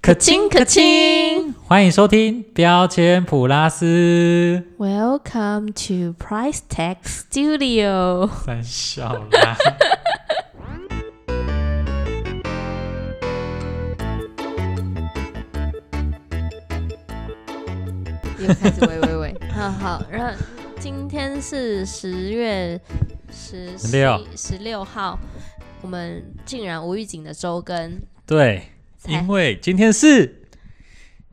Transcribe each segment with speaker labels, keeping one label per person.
Speaker 1: 可
Speaker 2: 亲可亲
Speaker 1: 欢迎收听标签普拉斯，
Speaker 2: ，Welcome to Price Tag Studio。
Speaker 1: 三笑啦。
Speaker 2: 又开始喂喂 喂，好好。然后今天是十月十
Speaker 1: 16
Speaker 2: 十六号，我们竟然无预警的周更，
Speaker 1: 对，
Speaker 2: 才
Speaker 1: 因为今天是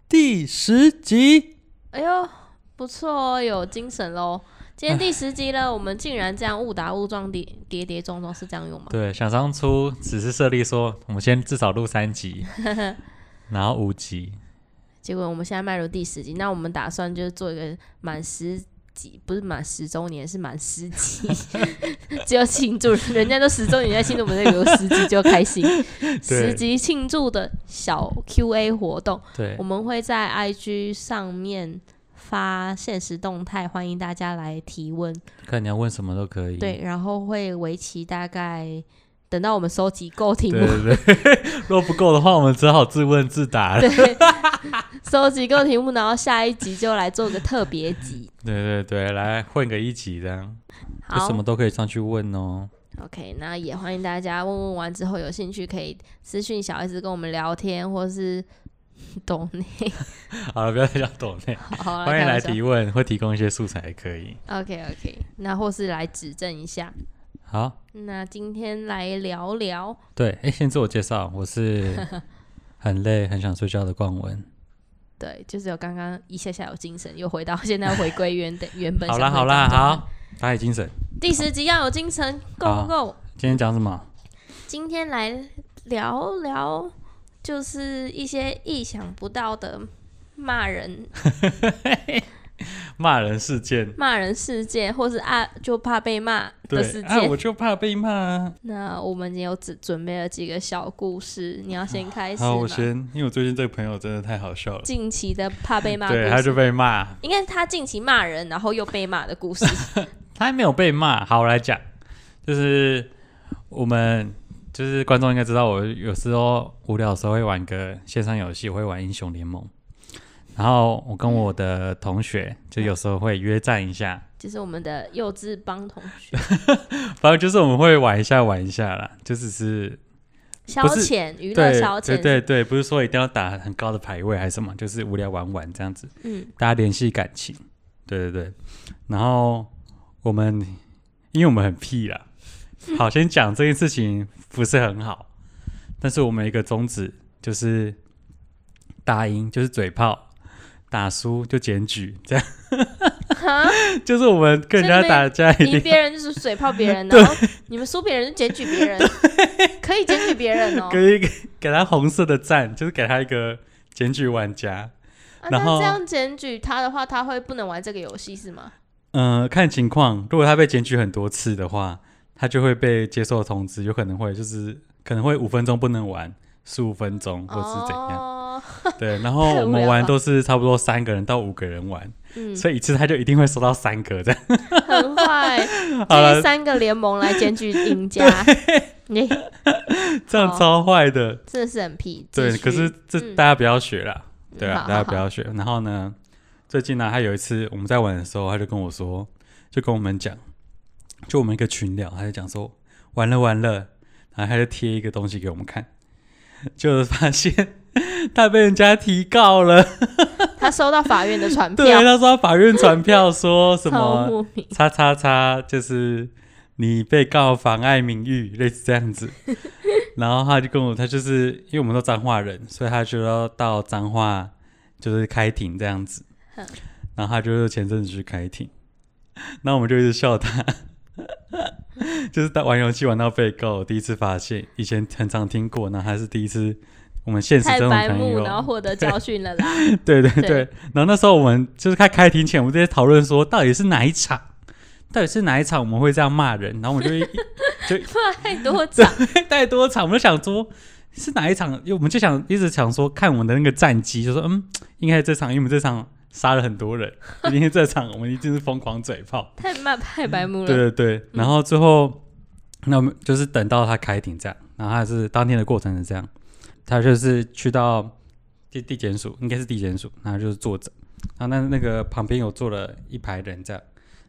Speaker 1: 第十集，
Speaker 2: 哎呦不错哦，有精神喽。今天第十集了，我们竟然这样误打误撞跌跌跌撞撞，是这样用吗？
Speaker 1: 对，想当初只是设立说，我们先至少录三 集，然后五集，
Speaker 2: 结果我们现在迈入第十集，那我们打算就是做一个满十集，不是满十周年，是满十集， 就要庆祝。人家都十周年在庆祝，我们这个有十集就要开 心。十集庆祝的小 Q&A 活动，
Speaker 1: 对
Speaker 2: 我，们会在 IG 上面发现实动态，欢迎大家来提问。
Speaker 1: 看你要问什么都可以。
Speaker 2: 对，然后会为期大概等到我们收集够题
Speaker 1: 对
Speaker 2: 目，
Speaker 1: 对对， 若不够的话，我们只好自问自答了。
Speaker 2: 对， 收集够题目，然后下一集就来做个特别集。
Speaker 1: 对对对，来混个一集这样，
Speaker 2: 好，
Speaker 1: 有什么都可以上去问哦。
Speaker 2: OK，那也欢迎大家问问完之后有兴趣可以私讯小 S 跟我们聊天，或是 懂你。
Speaker 1: 好了，不要再讲抖内，
Speaker 2: 好啦啊
Speaker 1: 欢迎
Speaker 2: 开
Speaker 1: 来。
Speaker 2: 玩笑
Speaker 1: 提问，会提供一些素材也可以。
Speaker 2: OK OK，那或是来指正一下。
Speaker 1: 好，
Speaker 2: 那今天来聊聊，
Speaker 1: 对，哎，先自我介绍，我是 很累、很想睡觉的冠文。
Speaker 2: 对，就是有刚刚一下下有精神，又回到现在回归原的 原本。
Speaker 1: 好啦，好啦，，好，打起精神。
Speaker 2: 第十集要有精神，Go
Speaker 1: 好
Speaker 2: Go！
Speaker 1: 今天讲什么？
Speaker 2: 今天来聊聊，就是一些意想不到的骂人
Speaker 1: 骂人事件。
Speaker 2: 骂人事件，或是啊就怕被骂的事
Speaker 1: 对，
Speaker 2: 件。
Speaker 1: 啊，我就怕被骂啊。
Speaker 2: 那我们也有准准备了几个小故事，你要先开始吗？
Speaker 1: 好，我先，因为我最近这个朋友真的太好笑了。
Speaker 2: 近期的怕被骂故
Speaker 1: 对，他就
Speaker 2: 事，
Speaker 1: 被骂，
Speaker 2: 应该是他近期骂人，然后又被骂的故 事。
Speaker 1: 他还没有被骂。好，我来讲，就是我们就是观众应该知道，我有时候无聊的时候会玩个线上游戏，我会玩英雄联盟。然后我跟我的同学就有时候会约战一下，
Speaker 2: 就是我们的幼稚帮同学
Speaker 1: 反正就是我们会玩一下玩一下啦，就只是
Speaker 2: 消
Speaker 1: 不是
Speaker 2: 遣娱乐
Speaker 1: 对
Speaker 2: 消遣，
Speaker 1: 对对对，不是说一定要打很高的排位还是什么，就是无聊玩玩这样子。
Speaker 2: 嗯，
Speaker 1: 大家联系感情，对对对。然后我们，因为我们很屁 啦，好，先讲这件事情不是很好，但是我们有一个宗旨就是打赢就是嘴炮，打输就检举，这样
Speaker 2: 哈，
Speaker 1: 就是我们跟人家打架一
Speaker 2: 你
Speaker 1: 定
Speaker 2: 别人就是嘴炮别 人，然后你们说别人就检举别人，可以检举别人哦。
Speaker 1: 给给他红色的赞，就是给他一个检举玩家。
Speaker 2: 啊，那
Speaker 1: 然后
Speaker 2: 这样检举他的话，他会不能玩这个游戏是吗？
Speaker 1: 嗯、看情况，如果他被检举很多次的话，他就会被接受通知，有可能会就是可能会五分钟不能玩，十五分钟或是怎样。
Speaker 2: 哦，
Speaker 1: 对，然后
Speaker 2: 太
Speaker 1: 我
Speaker 2: 无聊
Speaker 1: 们
Speaker 2: 了
Speaker 1: 玩都是差不多三个人到五个人玩，
Speaker 2: 嗯，
Speaker 1: 所以一次他就一定会收到三个这样。
Speaker 2: 很坏。
Speaker 1: 好
Speaker 2: 这
Speaker 1: 了
Speaker 2: 是，三个联盟来检举赢家， 你
Speaker 1: 这样超坏的。
Speaker 2: 真的是很皮。
Speaker 1: 对，
Speaker 2: 继续
Speaker 1: 可是这
Speaker 2: 嗯
Speaker 1: 大家不要学啦。对
Speaker 2: 好
Speaker 1: 啊，
Speaker 2: 好
Speaker 1: 大家不要学。然后呢，最近呢、他有一次我们在玩的时候，他就跟我说，就跟我们讲，就我们一个群聊，他就讲说，完了完了，然后他就贴一个东西给我们看，就发现 他被人家提告了。
Speaker 2: 他收到法院的传
Speaker 1: 对，
Speaker 2: 票，
Speaker 1: 他说他法院传票说什
Speaker 2: 超
Speaker 1: 么
Speaker 2: 莫名。
Speaker 1: 叉叉叉，就是你被告妨碍名誉，类似这 样子。然后他就跟我，他就是因为我们都彰化人，所以他就要到彰化就是开庭这样子
Speaker 2: 哼。
Speaker 1: 然后他就是前阵子去开庭， 那我们就一直笑他， 就是在玩游戏玩到被告，我第一次发现，以前很常听过，那他是第一次。我们现实
Speaker 2: 太
Speaker 1: 中的
Speaker 2: 白
Speaker 1: 朋
Speaker 2: 目，
Speaker 1: 友，
Speaker 2: 然后获得教训了啦。
Speaker 1: 对对对，
Speaker 2: 对
Speaker 1: 然后那时候我们就是在开庭前，我们在讨论说，到底是哪一场，到底是哪一场我们会这样骂人，然后我们就一
Speaker 2: 太多掌，
Speaker 1: 太多场，我们就想说是哪一场，因为我们就想一直想说看我们的那个战绩，就说嗯，应该是这场，因为我们这场杀了很多人，因为这场我们一定是疯狂嘴炮，
Speaker 2: 太慢，太白目
Speaker 1: 对
Speaker 2: 了。
Speaker 1: 对对，然后最后，那我们就是等到他开庭这样，然后他是当天的过程是这样，他就是去到地地检署应该是地检署，然后就是坐着，然后那那个旁边有坐了一排人这样，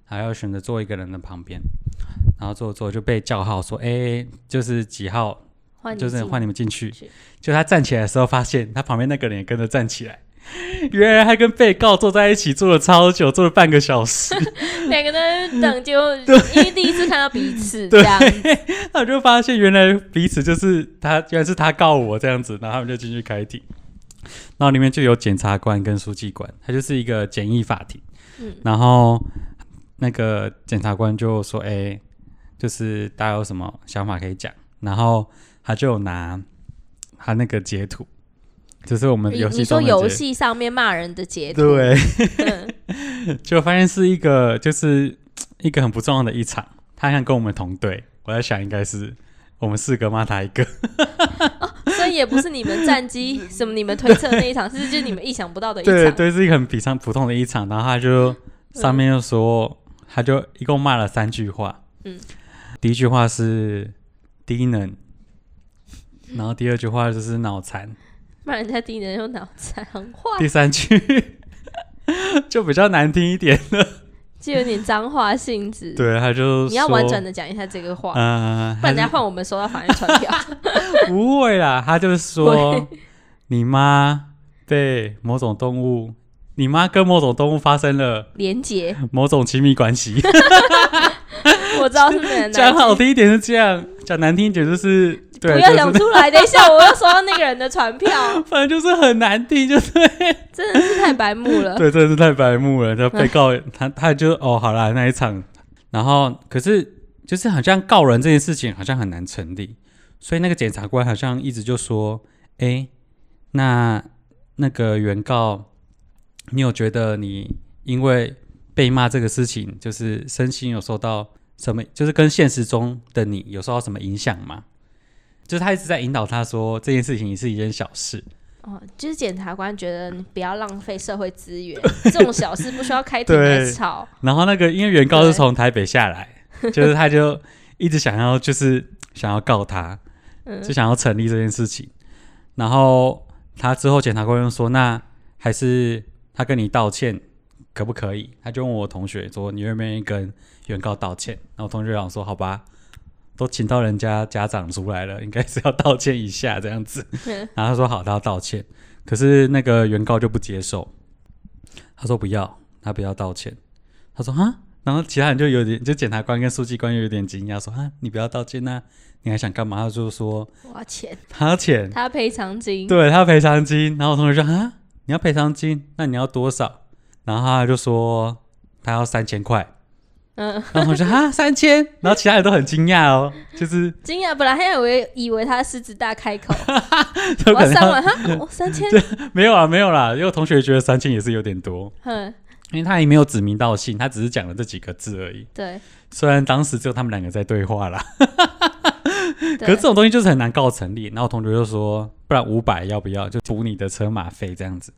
Speaker 1: 还要选择坐一个人的旁边，然后坐坐就被叫号说，哎、就是几号，
Speaker 2: 换你
Speaker 1: 就是
Speaker 2: 进
Speaker 1: 换你们进去
Speaker 2: 去。
Speaker 1: 就他站起来的时候，发现他旁边那个人也跟着站起来，原来他跟被告坐在一起坐了超久，坐了半个小时。
Speaker 2: 两个人等 就因为第一次看到彼此这样，
Speaker 1: 那我就发现原来彼此就是他，原来是他告我这样子，然后他们就进去开庭，然后里面就有检察官跟书记官，他就是一个简易法庭，
Speaker 2: 嗯
Speaker 1: 然后那个检察官就说：“哎、就是大家有什么想法可以讲。”然后他就拿他那个截图，就是我们
Speaker 2: 你
Speaker 1: 游戏
Speaker 2: 你说
Speaker 1: 中的
Speaker 2: 游
Speaker 1: 截
Speaker 2: 戏上面骂人的截图，
Speaker 1: 对。
Speaker 2: 嗯
Speaker 1: 就发现是一个就是嘖一个很不重要的一场，他好像跟我们同队，我在想应该是我们四个骂他一个，
Speaker 2: 所以也不是你们战 绩什么，你们推测那一场是就是你们意想不到的一
Speaker 1: 对
Speaker 2: 场，
Speaker 1: 对，是一个很比常普通的一场，然后他就上面就说，他就一共骂了三句话，
Speaker 2: 嗯，
Speaker 1: 第一句话是低能，然后第二句话就是脑残，
Speaker 2: 骂人家敌人用脑残话，
Speaker 1: 第三句 就比较难听一点，
Speaker 2: 就有点脏话性质。
Speaker 1: 对，他就
Speaker 2: 你要完整
Speaker 1: 的，
Speaker 2: 的讲一下这个话，
Speaker 1: 嗯、
Speaker 2: 不
Speaker 1: 他
Speaker 2: 然等
Speaker 1: 就
Speaker 2: 下换我们收到法院传 票。
Speaker 1: 不会啦，他就 是说你妈被某种动物，你妈跟某种动物发生了
Speaker 2: 连结，
Speaker 1: 某种亲密关系。
Speaker 2: 我知道是 哪哪
Speaker 1: 讲
Speaker 2: 一
Speaker 1: 好
Speaker 2: 集，
Speaker 1: 听一点是这样，讲难听一点就是对，
Speaker 2: 不
Speaker 1: 就
Speaker 2: 要
Speaker 1: 是
Speaker 2: 讲出来。等一下，我要收到那个人的传票，
Speaker 1: 反正就是很难听，就是
Speaker 2: 真的是太白目了。
Speaker 1: 对，真的是太白目了。他被告他他就哦好啦那一场，然后可是就是好像告人这件事情好像很难成立，所以那个检察官好像一直就说，哎、那那个原告，你有觉得你因为被骂这个事情，就是身心有受到什么，就是跟现实中的你有受到什么影响吗？就是他一直在引导他说这件事情是一件小事，
Speaker 2: 哦，就是检察官觉得你不要浪费社会资源，这种小事不需要开庭来
Speaker 1: 对
Speaker 2: 吵。
Speaker 1: 然后那个因为原告
Speaker 2: 对
Speaker 1: 是从台北下来，就是他就一直想要就是想要告他，
Speaker 2: 嗯
Speaker 1: 就想要成立这件事情。然后他之后检察官又说，那还是他跟你道歉可不可以？他就问我同学说，你愿不愿意跟原告道歉？然后我同学想说，好吧。都请到人家家长出来了，应该是要道歉一下这样子。
Speaker 2: 嗯
Speaker 1: 然后他说好，他要道歉，可是那个原告就不接受，他说不要，他不要道歉。他说哈，然后其他人就有点，就检察官跟书记官有点惊讶，说啊，你不要道歉呐、你还想干嘛？他就说
Speaker 2: 我要钱，
Speaker 1: 他要钱，
Speaker 2: 他赔偿金。
Speaker 1: 对他要赔偿金。然后我同学说啊，你要赔偿金，那你要多少？然后他就说他要三千块。
Speaker 2: 嗯，
Speaker 1: 然后同学说啊， 三千。然后其他人都很惊讶哦，就是
Speaker 2: 惊讶，本来还以为以为他狮子大开 口，
Speaker 1: 有
Speaker 2: 我
Speaker 1: 可
Speaker 2: 要三
Speaker 1: 能他
Speaker 2: 万，哈，我三千，
Speaker 1: 没有啊，没有啦，因为我同学觉得三千也是有点多，
Speaker 2: 哼，
Speaker 1: 因为他也没有指名道姓，他只是讲了这几个字而已。
Speaker 2: 对，
Speaker 1: 虽然当时只有他们两个在对话啦。可是
Speaker 2: 对
Speaker 1: 这，种东西就是很难告成立。然后我同学就说，不然五百要不要？就补你的车马费这样子，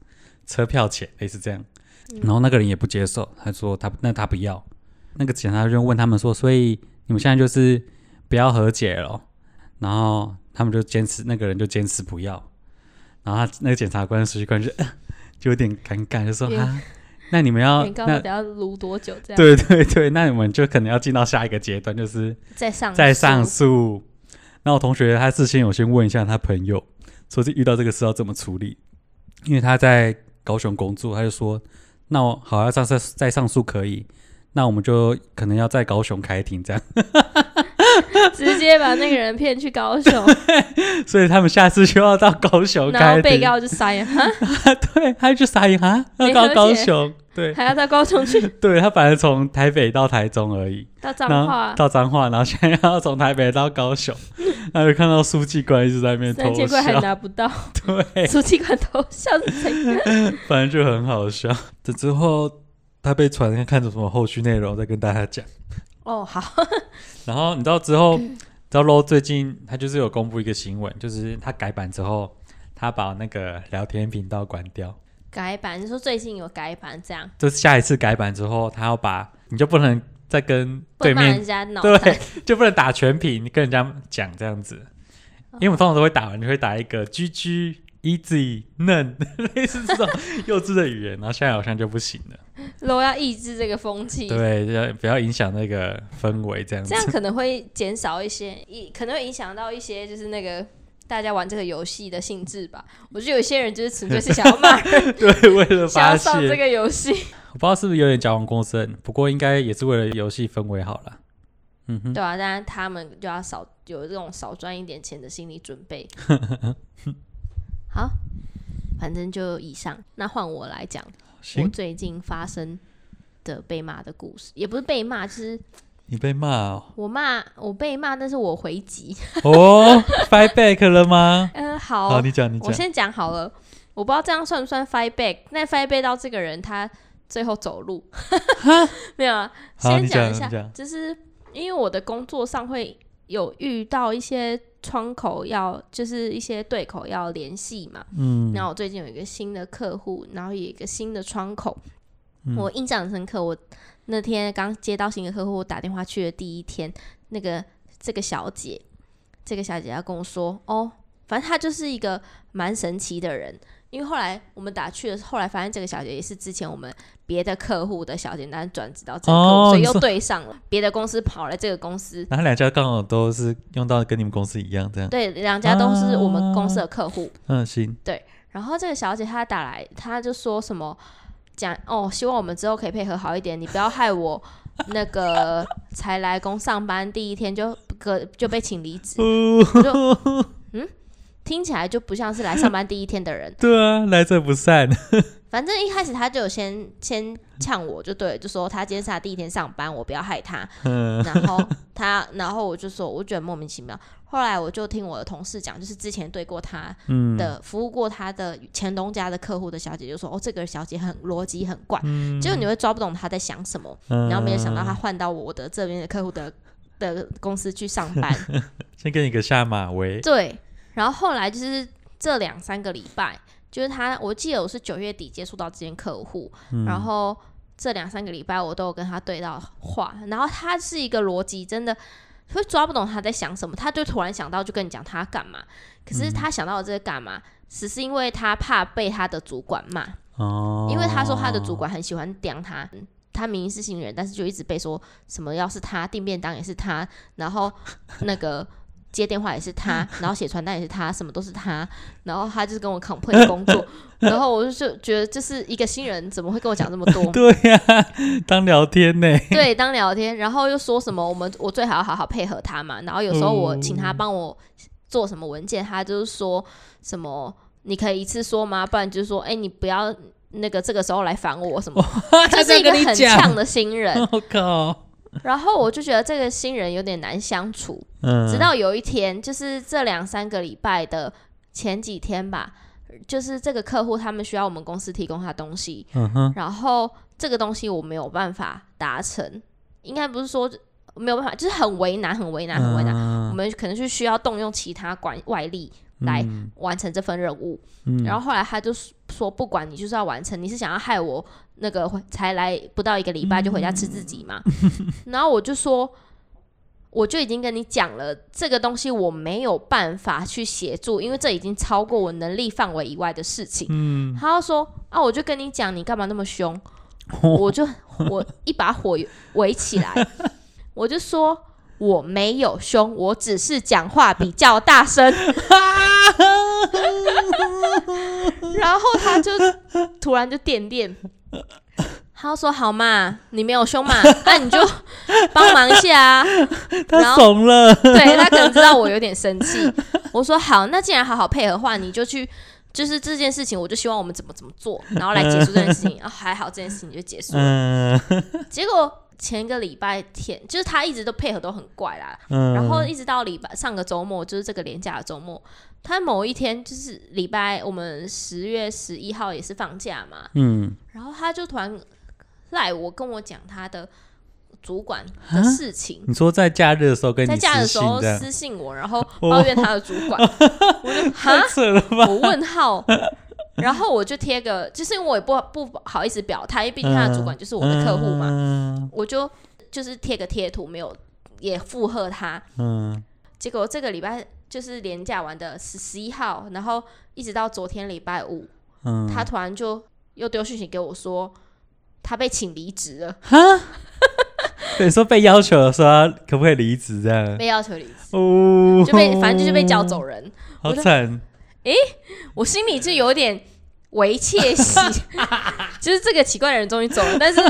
Speaker 1: 车票钱类似这样。然后那个人也不接受，他说他那他不要。那个检察官就问他们说，所以你们现在就是不要和解了。然后他们就坚持，那个人就坚持不要。然后他那个检察官、书记官就、呃就有点尴尬，就说
Speaker 2: 原
Speaker 1: 啊，那你们要
Speaker 2: 原告
Speaker 1: 那
Speaker 2: 到底要撸多久？这样
Speaker 1: 对对对，那你们就可能要进到下一个阶段，就是
Speaker 2: 再上
Speaker 1: 再
Speaker 2: 诉
Speaker 1: 上诉。那我同学他事先有先问一下他朋友，说是遇到这个事要怎么处理，因为他在高雄工作，他就说，那我好要上再再上诉可以，那我们就可能要在高雄开庭这样，
Speaker 2: 直接把那个人骗去高 雄，
Speaker 1: 所以他们下次就要到高雄
Speaker 2: 然
Speaker 1: 开
Speaker 2: 后被
Speaker 1: 庭。
Speaker 2: 告就傻眼，哈，
Speaker 1: 对，他就傻眼啊，要
Speaker 2: 没
Speaker 1: 到
Speaker 2: 和
Speaker 1: 高
Speaker 2: 解
Speaker 1: 雄，对
Speaker 2: 还要到高雄 去，
Speaker 1: 对，他本来从台北到台中而已，
Speaker 2: 到彰
Speaker 1: 然后
Speaker 2: 化，
Speaker 1: 到彰化，然后现在要从台北到高 雄，然后就看到书记官一直在那边
Speaker 2: 三
Speaker 1: 偷
Speaker 2: 千块还
Speaker 1: 笑，
Speaker 2: 拿不到，
Speaker 1: 对。
Speaker 2: 书记官头笑死谁？
Speaker 1: 反正就很好笑。这之后他被传看着什么后续内容，再跟大家讲。
Speaker 2: 哦，好，
Speaker 1: 然后你知道之后，你知道 Low 最近他就是有公布一个新闻，就是他改版之后，他把那个聊天频道关掉。
Speaker 2: 改版，你说最近有改版这样，
Speaker 1: 就是下一次改版之后，他要把你就不能再跟
Speaker 2: 不能
Speaker 1: 对
Speaker 2: 骂
Speaker 1: 面
Speaker 2: 人家脑残
Speaker 1: 对，就不能打全屏跟人家讲这样子，因为我们通常都会打完就会打一个 GG easy 嫩， 类似这种幼稚的语言，然后现在好像就不行了。
Speaker 2: 如果要抑制这个风气，
Speaker 1: 对，要不要影响那个氛围这样子
Speaker 2: 这？样可能会减少一些，一可能会影响到一些就是那个大家玩这个游戏的兴致吧。我觉得有些人就是纯粹是想要 骂人，
Speaker 1: 对，为了
Speaker 2: 想
Speaker 1: 发
Speaker 2: 要
Speaker 1: 泄，
Speaker 2: 上这个游戏，
Speaker 1: 我不知道是不是有点矫枉过正，不过应该也是为了游戏氛围好了。嗯哼，
Speaker 2: 对啊，当然他们就要少有这种少赚一点钱的心理准 备。好，反正就以上，那换我来讲我
Speaker 1: 行，
Speaker 2: 最近发生的被骂的故事，也不是被骂，就是
Speaker 1: 你被骂哦，
Speaker 2: 我骂我被骂，但是我回击。
Speaker 1: 哦 ，fight back 了吗？
Speaker 2: 嗯，
Speaker 1: 好，你讲，你
Speaker 2: 我
Speaker 1: 讲，
Speaker 2: 先讲好了，我不知道这样算不算 fight back。那 fight back 到这个人他最后走 路，没有啊？
Speaker 1: 好，
Speaker 2: 先
Speaker 1: 你
Speaker 2: 讲
Speaker 1: 讲，
Speaker 2: 一
Speaker 1: 你
Speaker 2: 下，
Speaker 1: 讲，
Speaker 2: 就是因为我的工作上会有遇到一些窗口要，就是一些对口要联系嘛。
Speaker 1: 嗯，
Speaker 2: 然后我最近有一个新的客户，然后有一个新的窗口，
Speaker 1: 嗯
Speaker 2: 我印象很深刻。我那天刚接到新的客户，我打电话去的第一天，那个这个小姐，这个小姐要跟我说，哦，反正她就是一个蛮神奇的人。因为后来我们打去的时候，后来发现这个小姐也是之前我们别的客户的小姐，但是转职到这个客户，
Speaker 1: 哦
Speaker 2: 所以
Speaker 1: 你
Speaker 2: 又
Speaker 1: 说
Speaker 2: 对上了。别的公司跑来这个公司，
Speaker 1: 然后两家刚好都是用到跟你们公司一样这样，
Speaker 2: 对，两家都是我们公司的客户。
Speaker 1: 嗯，行，
Speaker 2: 然后这个小姐她打来，她就说什么讲哦，希望我们之后可以配合好一点，你不要害我那个才来工上班第一天就个就被请离职，
Speaker 1: 哦
Speaker 2: 我就嗯，听起来就不像是来上班第一天的 人。
Speaker 1: 对啊，来者不善，
Speaker 2: 反正一开始她就有先先呛我就对了，就说她今天是她第一天上班，我不要害她。
Speaker 1: 嗯
Speaker 2: 然后她，然后我就说我觉得莫名其妙。后来我就听我的同事讲，就是之前对过她，
Speaker 1: 嗯
Speaker 2: 的服务过他的前东家的客户的小姐就说：“哦，这个小姐很逻辑很怪，
Speaker 1: 嗯，
Speaker 2: 结果你会抓不懂她在想什么。
Speaker 1: 嗯
Speaker 2: 然后没有想到她换到我的这边的客户的的公司去上班，
Speaker 1: 先给你个下马威，
Speaker 2: 对。然后后来就是这两三个礼拜，就是他，我记得我是九月底接触到这间客户，然后这两三个礼拜我都有跟他对到话，然后他是一个逻辑真的。会抓不懂他在想什么，他就突然想到就跟你讲他要干嘛，可是他想到的这个干嘛，只是因为他怕被他的主管骂，
Speaker 1: 哦，？
Speaker 2: 因为他说他的主管很喜欢刁他，嗯他明明是新人，但是就一直被说什么要是他订便当也是他，然后那个接电话也是他，然后写传单也是他，什么都是他，然后他就是跟我 complain 工作，然后我就就觉得就是一个新人怎么会跟我讲这么多
Speaker 1: 对呀、当聊天呢，
Speaker 2: 对，当聊天，然后又说什么我们我最好要好好配合他嘛。然后有时候我请
Speaker 1: 嗯
Speaker 2: 他帮我做什么文件，他就是说什么你可以一次说吗？不然就是说，哎、你不要那个这个时候来烦我什么，
Speaker 1: 他
Speaker 2: 就是一
Speaker 1: 在
Speaker 2: 个
Speaker 1: 跟你
Speaker 2: 很呛
Speaker 1: 讲，
Speaker 2: 的新 人。
Speaker 1: 我靠，
Speaker 2: 然后我就觉得这个新人有点难相处，
Speaker 1: 嗯，
Speaker 2: 直到有一天，就是这两三个礼拜的前几天吧，就是这个客户他们需要我们公司提供他东西，
Speaker 1: 嗯哼，
Speaker 2: 然后这个东西我没有办法达成，应该不是说没有办法，就是很为难，很为难，很为难。我
Speaker 1: 嗯
Speaker 2: 们可能是需要动用其他管外力来
Speaker 1: 嗯
Speaker 2: 完成这份任务。
Speaker 1: 嗯
Speaker 2: 然后后来他就说，不管你就是要完成，你是想要害我那个回才来不到一个礼拜就回家吃自己 嘛？然后我就说。我就已经跟你讲了，这个东西我没有办法去协助，因为这已经超过我能力范围以外的事情。
Speaker 1: 嗯，
Speaker 2: 他就说啊，我就跟你讲，你干嘛那么 凶？我就我一把火围起来，我就说我没有凶，我只是讲话比较大声。然后他就突然就点点，他就说好嘛，你没有凶嘛，那你就帮忙一下啊。然
Speaker 1: 他
Speaker 2: 后
Speaker 1: 怂了，
Speaker 2: 对他可能知道我有点生气，我说好，那既然好好配合的话，你就去。就是这件事情，我就希望我们怎么怎么做，然后来结束这件事情。啊，还好这件事情就结束了。
Speaker 1: 嗯
Speaker 2: 结果前个礼拜天，就是他一直都配合都很怪啦，
Speaker 1: 嗯，
Speaker 2: 然后一直到礼拜上个周末，就是这个连假的周末，他某一天就是礼拜，我们十月十一号也是放假嘛，
Speaker 1: 嗯，
Speaker 2: 然后他就突然赖我跟我讲他的主管的事情。
Speaker 1: 你说在假日的时候嗯跟你
Speaker 2: 在假的
Speaker 1: 私
Speaker 2: 时
Speaker 1: 信
Speaker 2: 候
Speaker 1: 这样，
Speaker 2: 私信我，然后抱怨他的主 管，我就哈，
Speaker 1: 太扯了吧？
Speaker 2: 我问号，然后我就贴个，就是因为我也不不好意思表态，因为毕竟他的主管就是我的客户嘛，
Speaker 1: 嘛，
Speaker 2: 我就就是贴个贴图，没有也附和他。
Speaker 1: 嗯
Speaker 2: 结果这个礼拜就是连假完的十十一号，然后一直到昨天礼拜五，
Speaker 1: 嗯，
Speaker 2: 他突然就又丢讯息给我说，他被请离职了，
Speaker 1: 对说被要求说他可不可以离职这 样，
Speaker 2: 被要求离职，
Speaker 1: 哦，
Speaker 2: 就被反正就被叫，走人。
Speaker 1: 好惨，
Speaker 2: 我心里就有点为窃 喜，就是这个奇怪的人终于走了，但是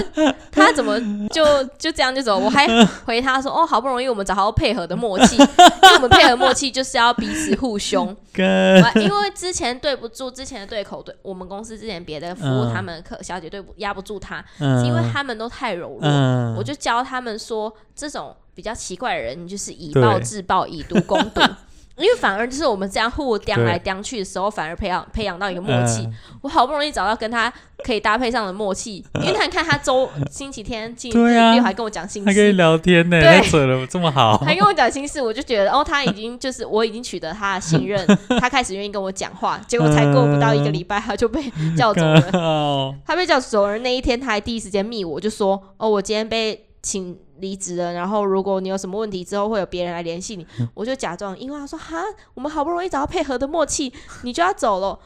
Speaker 2: 他怎么就就这样就走？我还回他说：“哦，好不容易我们找到配合的默 契，因为我们配合默契就是要彼此互凶。
Speaker 1: 跟
Speaker 2: 我因为之前对不住之前的对口对，我们公司之前别的服务
Speaker 1: 嗯
Speaker 2: 他们的客小姐对不压不住他，是
Speaker 1: 嗯，
Speaker 2: 因为他们都太柔弱，
Speaker 1: 嗯，
Speaker 2: 我就教他们说，这种比较奇怪的人，你就是以
Speaker 1: 对
Speaker 2: 暴制暴，以毒攻毒。 因为反而就是我们这样互刁
Speaker 1: 对
Speaker 2: 来刁去的时候，反而培养培养到一个默
Speaker 1: 嗯
Speaker 2: 契。我好不容易找到跟他可以搭配上的默契，因为他看他周星期天、星期
Speaker 1: 对啊
Speaker 2: 六还跟我讲心
Speaker 1: 还可以
Speaker 2: 事，
Speaker 1: 聊天呢，
Speaker 2: 对
Speaker 1: 他扯的这 么好，
Speaker 2: 还跟我讲心事，我就觉得哦，他已经就是我已经取得他的信 任，他开始愿意跟我讲话。结果才过不到一个礼拜，他就 被叫走了。
Speaker 1: 了，
Speaker 2: 他被叫走人那一天，他还第一时间密我，就说：“哦，我今天被请离职了，然后如果你有什么问题，之后会有别人来联系 你。我就假装，因为他说：“哈，我们好不容易找到配合的默契，你就要走了。”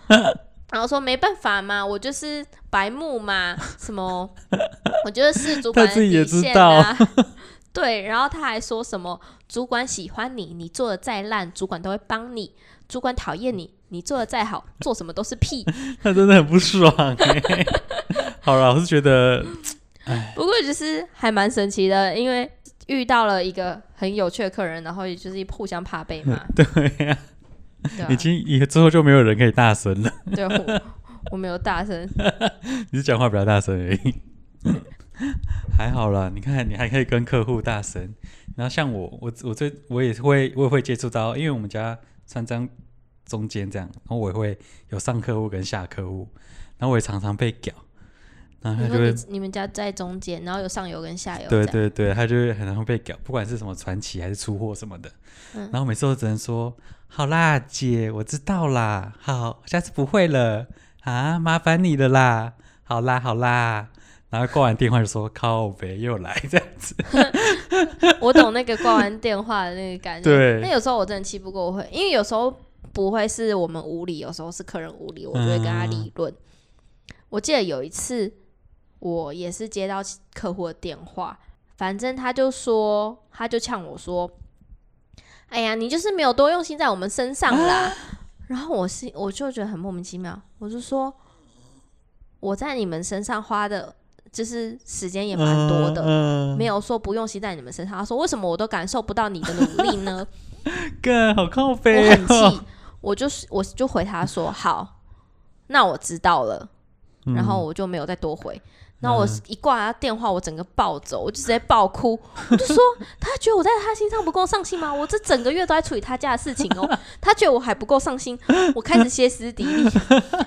Speaker 2: 然后说：“没办法嘛，我就是白目嘛，什 么，我觉得是主管的
Speaker 1: 他自己也
Speaker 2: 底
Speaker 1: 知
Speaker 2: 线
Speaker 1: 道
Speaker 2: 啊。” 对，然后他还说什么：“主管喜欢你，你做的再烂，主管都会帮你；主管讨厌你，你做的再好，做什么都是屁。”
Speaker 1: 他真的很不 爽欸。好了，我是觉得，
Speaker 2: 不过就是还蛮神奇的，因为遇到了一个很有趣的客人，然后也就是互相怕被骂
Speaker 1: 对呀，
Speaker 2: 对、啊
Speaker 1: 已、经以之后就没有人可以大声了，
Speaker 2: 对我我没有大声，
Speaker 1: 你是讲话比较大声而已。 还好啦，你看你还可以跟客户大声。然后像我，我我最我也会我也会接触到，因为我们家三张中间这样，然后我也会有上客户跟下客户，然后我也常常被屌，然后
Speaker 2: 你
Speaker 1: 他就
Speaker 2: 说
Speaker 1: 会
Speaker 2: 你你们家在中间，然后有上游跟下游，
Speaker 1: 对，对对，他就会很容易被搞，不管是什么传奇还是出货什么的。
Speaker 2: 嗯
Speaker 1: 然后每次都只能说：“好啦，姐，我知道啦，好，下次不会了啊，麻烦你了啦，好啦，好啦。”然后挂完电话就说：“靠北又来这样子。
Speaker 2: 我懂那个挂完电话的那个感觉。
Speaker 1: 对
Speaker 2: 那有时候我真的气不过，我会因为有时候不会是我们无理，有时候是客人无理，我就会跟
Speaker 1: 嗯
Speaker 2: 他理论。我记得有一次，我也是接到客户的电话，反正他就说，他就呛我说：“哎呀，你就是没有多用心在我们身上
Speaker 1: 啊
Speaker 2: 啦。 然后我心我就觉得很莫名其妙，我就说我在你们身上花的，就是时间也蛮多的，
Speaker 1: 嗯，
Speaker 2: 没有说不用心在你们身上。他说为什么我都感受不到你的努力呢？
Speaker 1: 哥，好靠
Speaker 2: 我
Speaker 1: 北、
Speaker 2: 很
Speaker 1: 哦。
Speaker 2: 气，我就是我就回他说好，那我知道了，
Speaker 1: 嗯
Speaker 2: 然后我就没有再多回。然后我一挂他电话，我整个暴走，我就直接爆哭，我就说他觉得我在他心上不够上心吗？我这整个月都在处理他家的事情哦，他觉得我还不够上心，我开始歇斯底 里，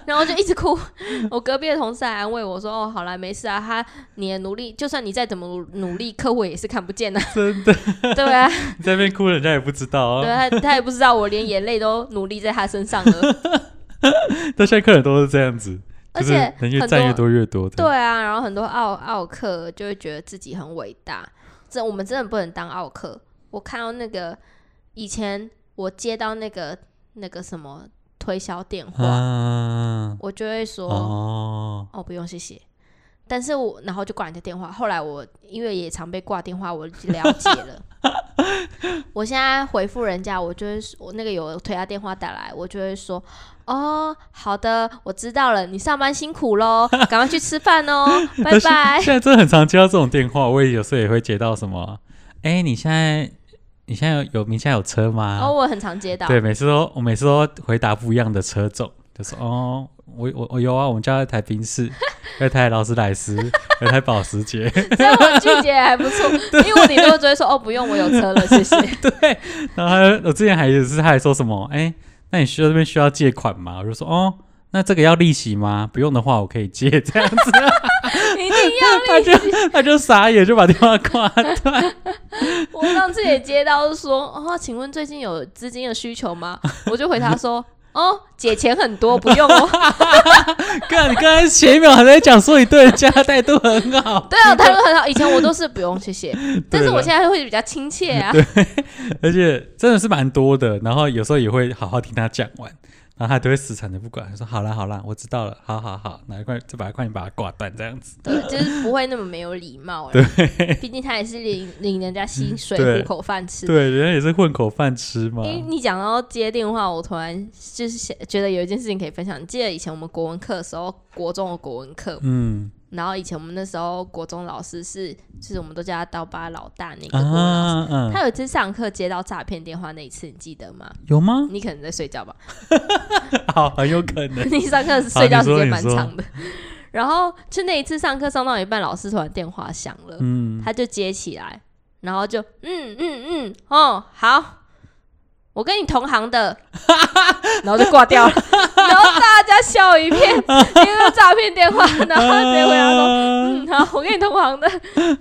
Speaker 2: 然后就一直哭。我隔壁的同事还安慰我说：“哦，好啦，没事啊，他你的努力，就算你再怎么努力，客户也是看不见的、
Speaker 1: 真的，
Speaker 2: 对啊，
Speaker 1: 你在那边哭，人家也不知道哦。
Speaker 2: 对啊他，他也不知道我连眼泪都努力在他身上了，
Speaker 1: 但现在客人都是这样子，
Speaker 2: 而
Speaker 1: 就是
Speaker 2: 且
Speaker 1: 人越
Speaker 2: 很
Speaker 1: 占越
Speaker 2: 多
Speaker 1: 多越多的。
Speaker 2: 对啊，然后很多奥奥克就会觉得自己很伟大，这我们真的不能当奥克。我看到那个以前我接到那个那个什么推销电话，
Speaker 1: 啊，
Speaker 2: 我就会说哦
Speaker 1: 哦，
Speaker 2: 不用谢谢，但是我然后就挂人家电话。后来我因为也常被挂电话，我了解了。我现在回复人家，我就会说我那个有推他电话打来，我就会说哦，好的，我知道了，你上班辛苦喽，赶快去吃饭哦，拜
Speaker 1: 但是
Speaker 2: 拜。
Speaker 1: 现在真的很常接到这种电话，我也有时候也会接到什么，哎、你现在你现在有有你现在有车吗？
Speaker 2: 哦，我很常接到，
Speaker 1: 对，每次都我每次都回答不一样的车种，就说哦，我我我有啊，我们家有一台宾 士，有一台劳斯莱斯，有一台保时捷，
Speaker 2: 所以我拒绝还不错，因为我顶多只会说哦，不用，我有车了，谢谢。
Speaker 1: 然后他我之前还有一次他还说什么，哎、那你需要这边需要借款吗？我就说哦。那这个要利息吗？不用的话，我可以借这 样子。
Speaker 2: 一定要利息，
Speaker 1: 他就傻眼，就把电话挂断。
Speaker 2: 我上次也接到说哦，请问最近有资金的需求吗？我就回他说哦，姐钱很多，不用哦。
Speaker 1: 看，你刚才前一秒还在讲说你对人家态度很好，
Speaker 2: 对啊，态度很好。以前我都是不用谢谢，但是
Speaker 1: 对
Speaker 2: 我
Speaker 1: 了
Speaker 2: 现在会比较亲切啊。
Speaker 1: 而且真的是蛮多的。然后有时候也会好好听他讲完，然后他都会死缠着不管，说好啦好啦，我知道了，好好好，拿一块这把块你把它挂断这样子。
Speaker 2: 对，就是不会那么没有礼貌了。毕竟他也是领领人家薪水
Speaker 1: 对
Speaker 2: 糊口饭吃。
Speaker 1: 对，人家也是混口饭吃嘛
Speaker 2: 因。为你讲到接电话，我突然就是想觉得有一件事情可以分享。你记得以前我们国文课的时候，国中的国文课，
Speaker 1: 嗯
Speaker 2: 然后以前我们那时候国中老师是，就是我们都叫他刀疤老大那个国文老师。
Speaker 1: 啊嗯，
Speaker 2: 他有一次上课接到诈骗电话那一次，你记得吗？
Speaker 1: 有吗？
Speaker 2: 你可能在睡觉吧，
Speaker 1: 好，很有可能。
Speaker 2: 你上课睡觉时间蛮
Speaker 1: 你说
Speaker 2: 长的。然后就那一次上课上到一半，老师突然电话响了，
Speaker 1: 嗯，
Speaker 2: 他就接起来，然后就嗯嗯嗯，哦好，我跟你同行的，然后就挂掉了，然后大家笑一片，因为是诈骗电话， 然后他直接回答说。
Speaker 1: 啊
Speaker 2: 嗯，好，我跟你同行的，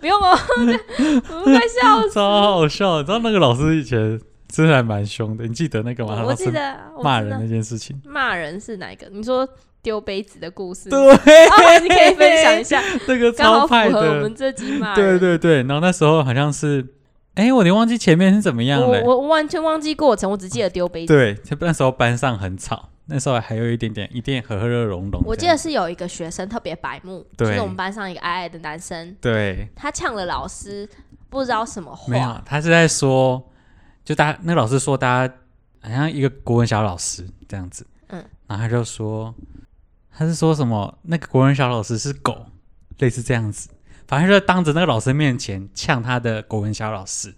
Speaker 2: 不用哦，这我快笑死
Speaker 1: 超好笑！你知道那个老师以前真的还蛮凶的，你记得那个吗？
Speaker 2: 我！我记得啊，我
Speaker 1: 骂
Speaker 2: 知
Speaker 1: 人
Speaker 2: 道
Speaker 1: 那件事情。
Speaker 2: 骂人是哪一个？你说丢杯子的故事吗？
Speaker 1: 对，
Speaker 2: 哦，你可以分享一 下，
Speaker 1: 那个
Speaker 2: 刚好
Speaker 1: 超
Speaker 2: 符
Speaker 1: 派
Speaker 2: 合我
Speaker 1: 的
Speaker 2: 们。这集骂
Speaker 1: 对
Speaker 2: 人。
Speaker 1: 对对，然后那时候好像是，哎，我有点忘记前面是怎么样
Speaker 2: 我
Speaker 1: 了。
Speaker 2: 我我完全忘记过程，我只记得丢杯子。
Speaker 1: 对，就那时候班上很吵，那时候还有一点点一点和和乐融融。
Speaker 2: 我记得。是有一个学生特别白目，就
Speaker 1: 对
Speaker 2: 是我们班上一个矮矮的男生，
Speaker 1: 对，
Speaker 2: 他呛了老师不知道什么
Speaker 1: 没
Speaker 2: 话，
Speaker 1: 有，啊他是在说，就大家那个老师说大家好像一个国文小老师这样子，
Speaker 2: 嗯
Speaker 1: 嗯，然后他就说他是说什么那个国文小老师是狗，类似这样子，反正就当着那个老师面前呛他的国文小老师，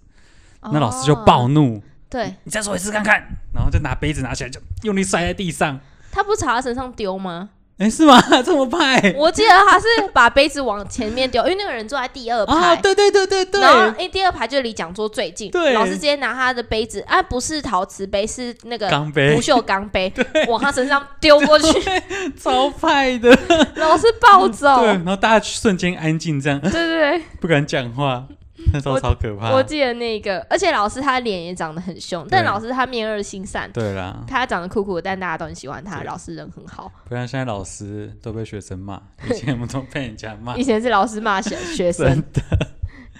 Speaker 1: 那老师就
Speaker 2: 哦
Speaker 1: 暴怒，
Speaker 2: 对
Speaker 1: 你再说一次看看，然后就拿杯子拿起来就用力摔在地上，
Speaker 2: 他不朝他身上丢吗？
Speaker 1: 哎，是吗？ 这么派
Speaker 2: 我记得他是把杯子往前面丢，因为 那个人坐在第二排。
Speaker 1: 啊？对对对对对，
Speaker 2: 然后，哎，第二排就离讲桌最近。
Speaker 1: 对
Speaker 2: 老师直接拿他的杯子，啊，不是陶瓷杯，是那个
Speaker 1: 钢杯
Speaker 2: 不锈钢 杯，往他身上丢过去，
Speaker 1: 超派的，
Speaker 2: 老师暴走。
Speaker 1: 嗯对，然后大家瞬间安静，这样
Speaker 2: 对对对，
Speaker 1: 不敢讲 话，那时候超可怕。
Speaker 2: 我记得那个，而且老师他脸也长得很凶，但
Speaker 1: 对
Speaker 2: 老师他面恶心善，
Speaker 1: 对啦，
Speaker 2: 他长得酷酷的，但大家都很喜欢他，
Speaker 1: 对
Speaker 2: 老师人很好。
Speaker 1: 不然现在老师都被学 生骂，以前我们都被人家骂
Speaker 2: 以，前是老师骂学学生
Speaker 1: 啊真，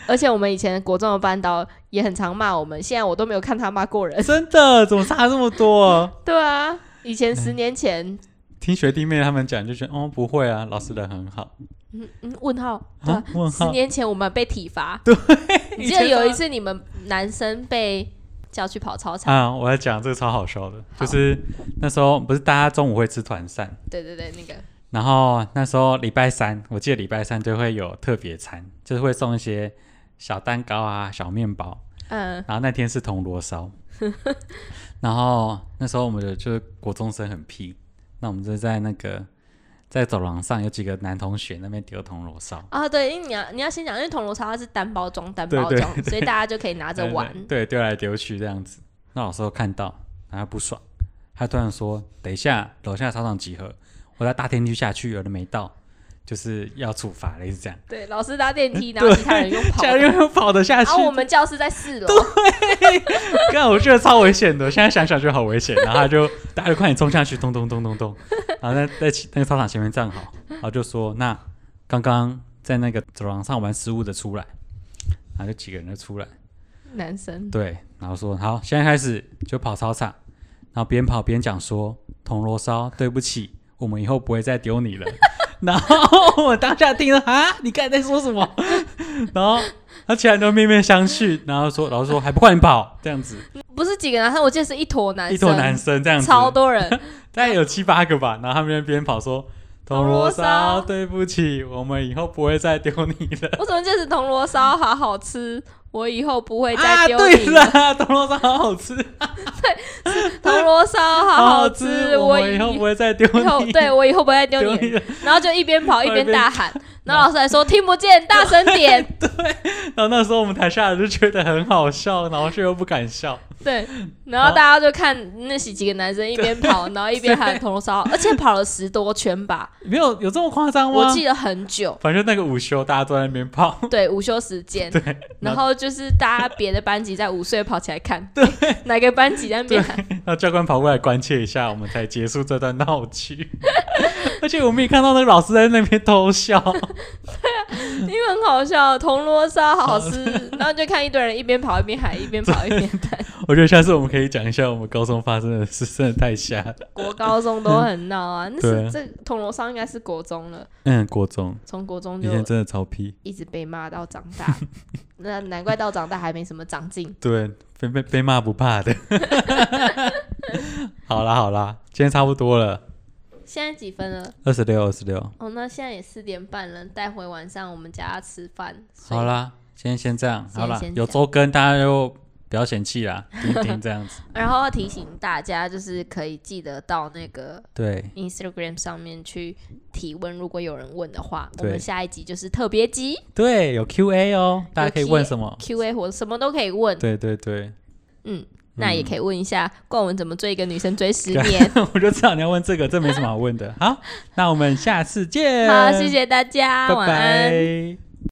Speaker 2: 而且我们以前国中的班导也很常骂我们，现在我都没有看他骂过 人。
Speaker 1: 真的怎么差这么多？
Speaker 2: 对啊，以前
Speaker 1: 哎
Speaker 2: 十年前，
Speaker 1: 听学弟妹他们讲就觉得，哦，不会啊，老师人很好
Speaker 2: 嗯嗯，问号，对
Speaker 1: 啊
Speaker 2: 啊，。
Speaker 1: 问
Speaker 2: 十
Speaker 1: 号，
Speaker 2: 年前我们被体 罚，你
Speaker 1: 以
Speaker 2: 记得
Speaker 1: 前啊
Speaker 2: 有一
Speaker 1: 他
Speaker 2: 次你们男生被叫去跑操场，
Speaker 1: 啊，我要讲这个超好笑的，
Speaker 2: 好
Speaker 1: 就是那时候不是大家中午会吃团膳，
Speaker 2: 对对对，那个
Speaker 1: 然后那时候礼拜三，我记得礼拜三就会有特别餐，就是会送一些小蛋糕啊、小面包，
Speaker 2: 嗯，
Speaker 1: 然后那天是铜锣烧，然后那时候我们的就是国中生很屁，那我们就在那个在走廊上有几个男同学那边丢铜锣烧，
Speaker 2: 啊，对，因为你要你要先讲，因为铜锣烧它是单包装，单
Speaker 1: 对
Speaker 2: 包
Speaker 1: 对
Speaker 2: 装，所以大家就可以拿着
Speaker 1: 对
Speaker 2: 玩。
Speaker 1: 对，丢来丢去这样子。那老师看到，然后他不爽，他突然说：“等一下，楼下操场集合，我在大天梯下去，有人没到，就是要处罚，类似这样。
Speaker 2: 对，老 师搭电梯，然后其他人用跑
Speaker 1: 下
Speaker 2: 的，
Speaker 1: 来又跑得下
Speaker 2: 然
Speaker 1: 去，
Speaker 2: 后我们教室在四楼，
Speaker 1: 刚我觉得超危险的，现在想想就好危险。然后他就大家就快点冲下去，咚咚咚咚 咚，然后在在起那个操场前面站好，然后就说：“那刚刚在那个走廊上玩失误的出来。”然后就几个人就出来，
Speaker 2: 男生
Speaker 1: 对，然后说：“好，现在开始就跑操场。”然后边跑边讲说：“铜锣烧，对不起，我们以后不会再丢你了。” 然后我当下听了啊，你刚才在说什么？ 然后他其他人都面面相觑，然后说：“老师说还不快点跑，这样子。”
Speaker 2: 不是几个男生，我记得是一坨男生，
Speaker 1: 一坨男生这样子，
Speaker 2: 超多人，
Speaker 1: 大概有七八个吧。然后他们那边跑说：“铜锣烧，对不起，我们以后不会再丢你了。
Speaker 2: 我怎么记得是铜锣烧好好吃，我以后不”会
Speaker 1: 啊，
Speaker 2: 再丢
Speaker 1: 对
Speaker 2: 你了。
Speaker 1: 啦，铜锣烧好好吃，
Speaker 2: 铜锣烧好
Speaker 1: 好
Speaker 2: 吃，
Speaker 1: 我
Speaker 2: 我
Speaker 1: 们以后不会再丢
Speaker 2: 以后
Speaker 1: 你，
Speaker 2: 对我以后不会再丢
Speaker 1: 丢
Speaker 2: 你
Speaker 1: 你
Speaker 2: 了。
Speaker 1: 了。
Speaker 2: 然后就一边跑一边大喊然后老师还 说听不见，大声点。
Speaker 1: 然后那时候我们台下人就觉得很好笑，然后却又不敢笑。
Speaker 2: 对，然后大家就看那几几个男生一边跑，然后一 边喊铜锣烧，而且跑了十多圈吧，
Speaker 1: 没有有这么夸张吗？
Speaker 2: 我记得很 久。
Speaker 1: 反正那个午休大家都在那边跑，
Speaker 2: 对，午休时间，
Speaker 1: 对，
Speaker 2: 然后就是大家别的班级在午睡跑起来看，对， 哪个班级在那边喊
Speaker 1: 然后教官跑过来关切一下，我们才结束这段闹 剧。而且我们也看到那个老师在那边偷笑，
Speaker 2: 因为很好笑，铜锣烧好吃，然后就看一堆人一边跑一边喊，一边跑一边喊。
Speaker 1: 我觉得下次我们可以讲一下我们高中发生的事，真的太瞎了。
Speaker 2: 国高中都很闹啊，那
Speaker 1: 对啊
Speaker 2: 是这铜锣烧应该是国中了，
Speaker 1: 嗯，国中
Speaker 2: 从国中
Speaker 1: 以
Speaker 2: 就
Speaker 1: 前真的超屁，
Speaker 2: 一直被骂到长 大，那难怪到长大还没什么长进。
Speaker 1: 对，被被被骂不怕 的。好啦好啦，今天差不多了，
Speaker 2: 现在几分了？
Speaker 1: 二十六二十六，
Speaker 2: 哦，那现在也四点半了，待会晚上我们家吃饭。所以
Speaker 1: 好，啦，今天先这样，
Speaker 2: 今天
Speaker 1: 好啦
Speaker 2: 先，这
Speaker 1: 有
Speaker 2: 样
Speaker 1: 周更大家就不要嫌弃 啦，听一听这样子，
Speaker 2: 然后要提醒大家，就是可以记得到那个
Speaker 1: 对
Speaker 2: Instagram 上面去提问，如果有人问的话，我
Speaker 1: 对
Speaker 2: 们下一集就是特别集。
Speaker 1: 对，有 Q&A 哦，大家可以问什么？
Speaker 2: Q&A 或什么都可以问，
Speaker 1: 对对对，
Speaker 2: 嗯，那也可以问一下冠文怎么追一个女生追 十年。
Speaker 1: 我就知道你要问这个，这没什么好问的。好，那我们下次见，
Speaker 2: 好，谢，谢大家，
Speaker 1: 拜
Speaker 2: 晚安。
Speaker 1: 拜。